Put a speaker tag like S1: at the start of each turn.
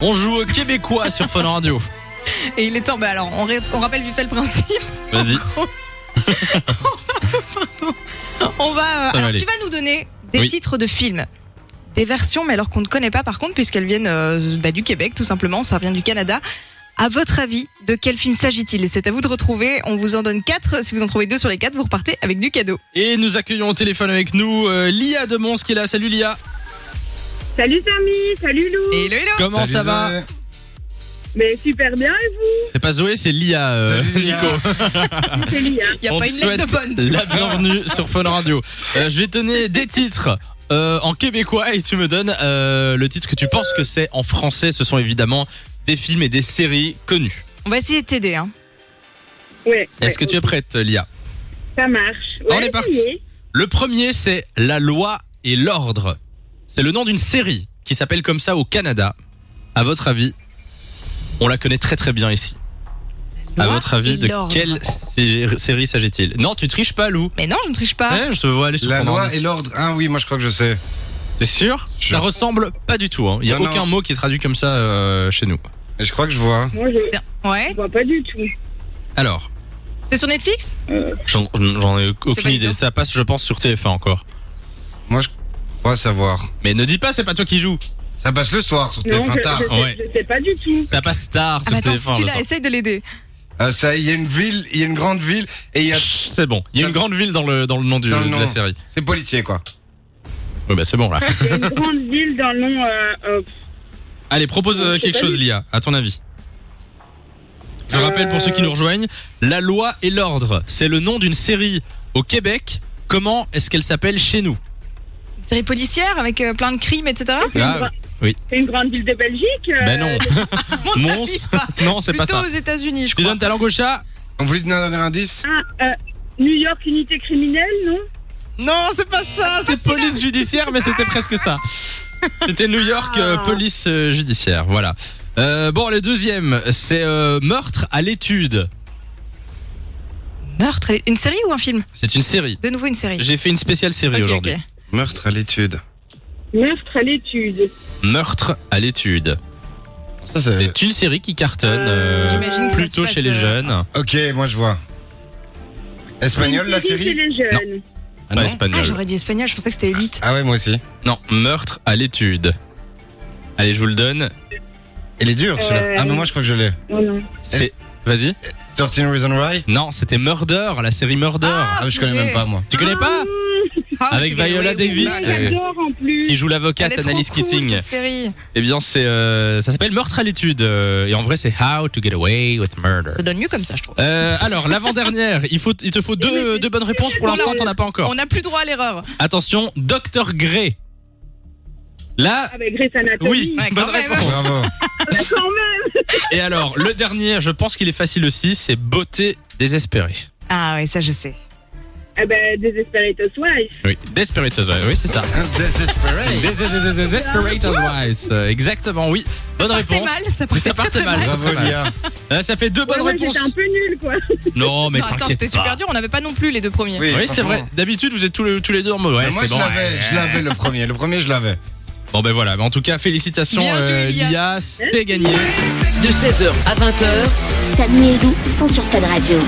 S1: On joue au Québécois sur Fun Radio.
S2: Et il est temps, bah alors, on, ré- on rappelle vite fait le principe.
S1: Vas-y.
S2: On va.
S1: va
S2: euh, alors,
S1: aller.
S2: tu vas nous donner des
S1: Oui.
S2: titres de films. Des versions, mais alors qu'on ne connaît pas, par contre, puisqu'elles viennent euh, bah, du Québec, tout simplement, ça vient du Canada. À votre avis, de quel film s'agit-il Et c'est à vous de retrouver. On vous en donne quatre. Si vous en trouvez deux sur les quatre, vous repartez avec du cadeau.
S1: Et nous accueillons au téléphone avec nous euh, Lia de Mons qui est là. Salut Lia.
S3: Salut Samy, salut Lou.
S2: Hello, hello
S1: Comment
S4: Salut
S1: ça va
S4: Zoé.
S3: Mais super bien, et
S1: C'est pas Zoé, c'est Lia. euh,
S4: Salut, Lia.
S1: Nico.
S3: vous, c'est Lia.
S2: Il n'y a
S1: On
S2: pas
S1: te
S2: une lettre de bonne.
S1: souhaite La bienvenue sur Fun Radio. Euh, je vais te donner des titres. euh, en québécois et tu me donnes euh, le titre que tu penses que c'est en français ce sont évidemment des films et des séries connues
S2: On va essayer de t'aider. Hein.
S3: Ouais,
S1: est-ce que
S3: ouais,
S1: tu es prête Lia
S3: Ça marche.
S1: On
S3: Ouais,
S1: est parti.
S3: ça y est.
S1: le premier c'est La Loi et l'Ordre c'est le nom d'une série qui s'appelle comme ça au Canada à votre avis on la connaît très très bien ici À
S2: Loi
S1: votre avis,
S2: et
S1: de
S2: l'ordre.
S1: quelle sé- série s'agit-il Non, tu triches pas, Lou.
S2: Mais non, je ne triche pas.
S1: Hein, je te vois aller sur
S4: La
S1: ton
S4: loi
S1: ordi.
S4: et l'ordre. Ah oui, moi je crois que je sais.
S1: T'es sûr
S4: Je-
S1: Ça ressemble pas du tout. Il hein. y a
S4: Non,
S1: aucun
S4: non.
S1: mot qui est traduit comme ça euh, chez nous.
S4: Et je crois que je vois.
S3: Moi, je
S2: C'est- Ouais.
S3: vois pas du tout.
S1: Alors,
S2: C'est sur Netflix Ah,
S1: j'en j'en ai
S2: C'est pas
S1: aucune
S2: du
S1: idée.
S2: tout.
S1: Ça passe, je pense, sur TF1 encore.
S4: Moi je crois savoir.
S1: Mais ne dis pas, c'est pas toi qui joues.
S4: Ça passe le soir sur
S3: Non, je,
S4: TF1 tard.
S3: je sais,
S1: Ouais.
S3: je sais pas du tout.
S1: Ça passe tard
S2: Ah,
S1: sur
S2: bah attends, si
S1: TF1.
S2: tu
S1: le
S2: l'as,
S1: soir.
S2: essaye de l'aider.
S4: Ah, ça, il y a une ville, il y a une grande ville et il y a.
S1: Chut, C'est bon. Il y a une
S4: Ça-
S1: grande ville dans le, dans le nom du-
S4: Dans le
S1: de la
S4: nom.
S1: série.
S4: C'est policier quoi.
S1: Oui, bah c'est bon là.
S3: Il y a une grande ville dans le nom. euh, euh,
S1: Allez, propose euh,
S3: Je sais
S1: quelque
S3: pas
S1: chose,
S3: du-
S1: Lia, à ton avis. Je rappelle pour ceux qui nous rejoignent, La loi et l'ordre, c'est le nom d'une série au Québec. Comment est-ce qu'elle s'appelle chez nous
S2: Une série policière avec euh, plein de crimes, etc.
S1: Ah,
S3: c'est une grande ville de Belgique. euh,
S1: Ben non. Mons Non, c'est pas
S2: Plutôt
S1: ça.
S2: aux États-Unis, je
S1: Tu
S2: crois.
S1: donnes ta langue au chat
S4: On vous dit d'un dernier indice
S3: ah, euh, New York, unité criminelle, non
S1: Non, c'est pas ça, c'est police judiciaire, mais c'était presque ça. C'était New York euh,
S3: Ah.
S1: police euh, judiciaire, voilà. Euh, bon, le deuxième, c'est euh, Meurtre à l'étude.
S2: Meurtre, une série ou un film
S1: C'est une série.
S2: De nouveau une série.
S1: J'ai fait une spéciale série
S2: Ok, Ah,
S1: aujourd'hui.
S2: ok.
S4: Meurtre à l'étude.
S3: Meurtre à l'étude.
S1: Meurtre à l'étude.
S4: Ça, c'est-
S1: C'est une série qui cartonne euh,
S2: J'imagine que ça
S1: plutôt
S2: se
S1: chez
S2: passe,
S1: les
S2: euh,
S1: jeunes,
S4: Ok, moi je vois. Espagnol
S3: Une
S4: la
S3: série
S4: série
S3: chez les jeunes.
S4: ah,
S1: pas
S4: non
S2: Ah,
S1: espagnols.
S2: j'aurais dit espagnol, je pensais que c'était élite.
S4: Ah ouais, moi aussi.
S1: non, meurtre à l'étude. Allez, je vous le donne.
S4: Il est dur celui-là.
S3: Euh,
S4: Ah, mais moi je crois que je l'ai.
S3: Oh non.
S1: C'est. Vas-y.
S4: 13 Reasons Why
S1: Non, c'était Murder, la série Murder.
S4: Ah, mais je connais même pas moi.
S1: tu connais
S2: Ah
S1: pas
S2: How
S1: Avec
S2: to get
S1: Viola
S2: away with
S1: Davis, euh,
S2: murder. Elle est
S3: Ah, J'adore en
S1: Qui
S3: plus.
S1: joue l'avocate
S2: trop
S1: Annalise
S2: cool,
S1: Keating.
S2: cette série.
S1: Eh bien, c'est euh, ça s'appelle Meurtre à l'étude. euh, et en vrai, c'est How to Get Away with Murder.
S2: Ça donne mieux comme ça, je trouve.
S1: Euh, alors, l'avant-dernière, il, faut, il te faut deux, deux bonnes réponses. Pour l'instant, t'en as pas encore.
S2: On n'a plus droit à l'erreur.
S1: Attention, Dr. Grey. Là,
S3: Avec Grace Anatomy.
S1: oui,
S2: Ouais, quand
S1: bonne
S2: même.
S1: réponse.
S4: Bravo.
S3: Quand même.
S1: Et alors, le dernier, je pense qu'il est facile aussi, c'est Beauté désespérée.
S2: Ah oui, ça je sais.
S3: Eh ben, Desperate Housewives.
S1: Oui, Desperate Housewives, oui, c'est ça.
S4: Desperate.
S1: Desperate Housewives, euh, exactement, oui. Bonne
S2: Partait
S1: réponse.
S2: mal, ça partait
S1: Ça
S2: très,
S1: partait
S2: très
S1: mal.
S4: Bravo Lia.
S1: Euh, ça fait deux bonnes
S3: Ouais, ouais,
S1: réponses.
S3: J'étais un peu nulle, quoi.
S1: Non, mais
S2: Non, attends,
S1: t'inquiète
S2: c'était
S1: pas.
S2: super dur, on n'avait pas non plus les deux premiers.
S1: Oui, c'est vrai. D'habitude, vous êtes tous les, tous les deux en mode. Ouais,
S4: Mais moi
S1: c'est
S4: je
S1: bon.
S4: l'avais, je l'avais le premier. Le premier je l'avais.
S1: Bon, ben voilà. Mais En tout cas, félicitations,
S2: Bien joué,
S1: euh,
S2: Lia.
S1: Lia. C'est gagné.
S5: De 16h à 20h,
S6: Samy et Lou sont sur Fun Radio.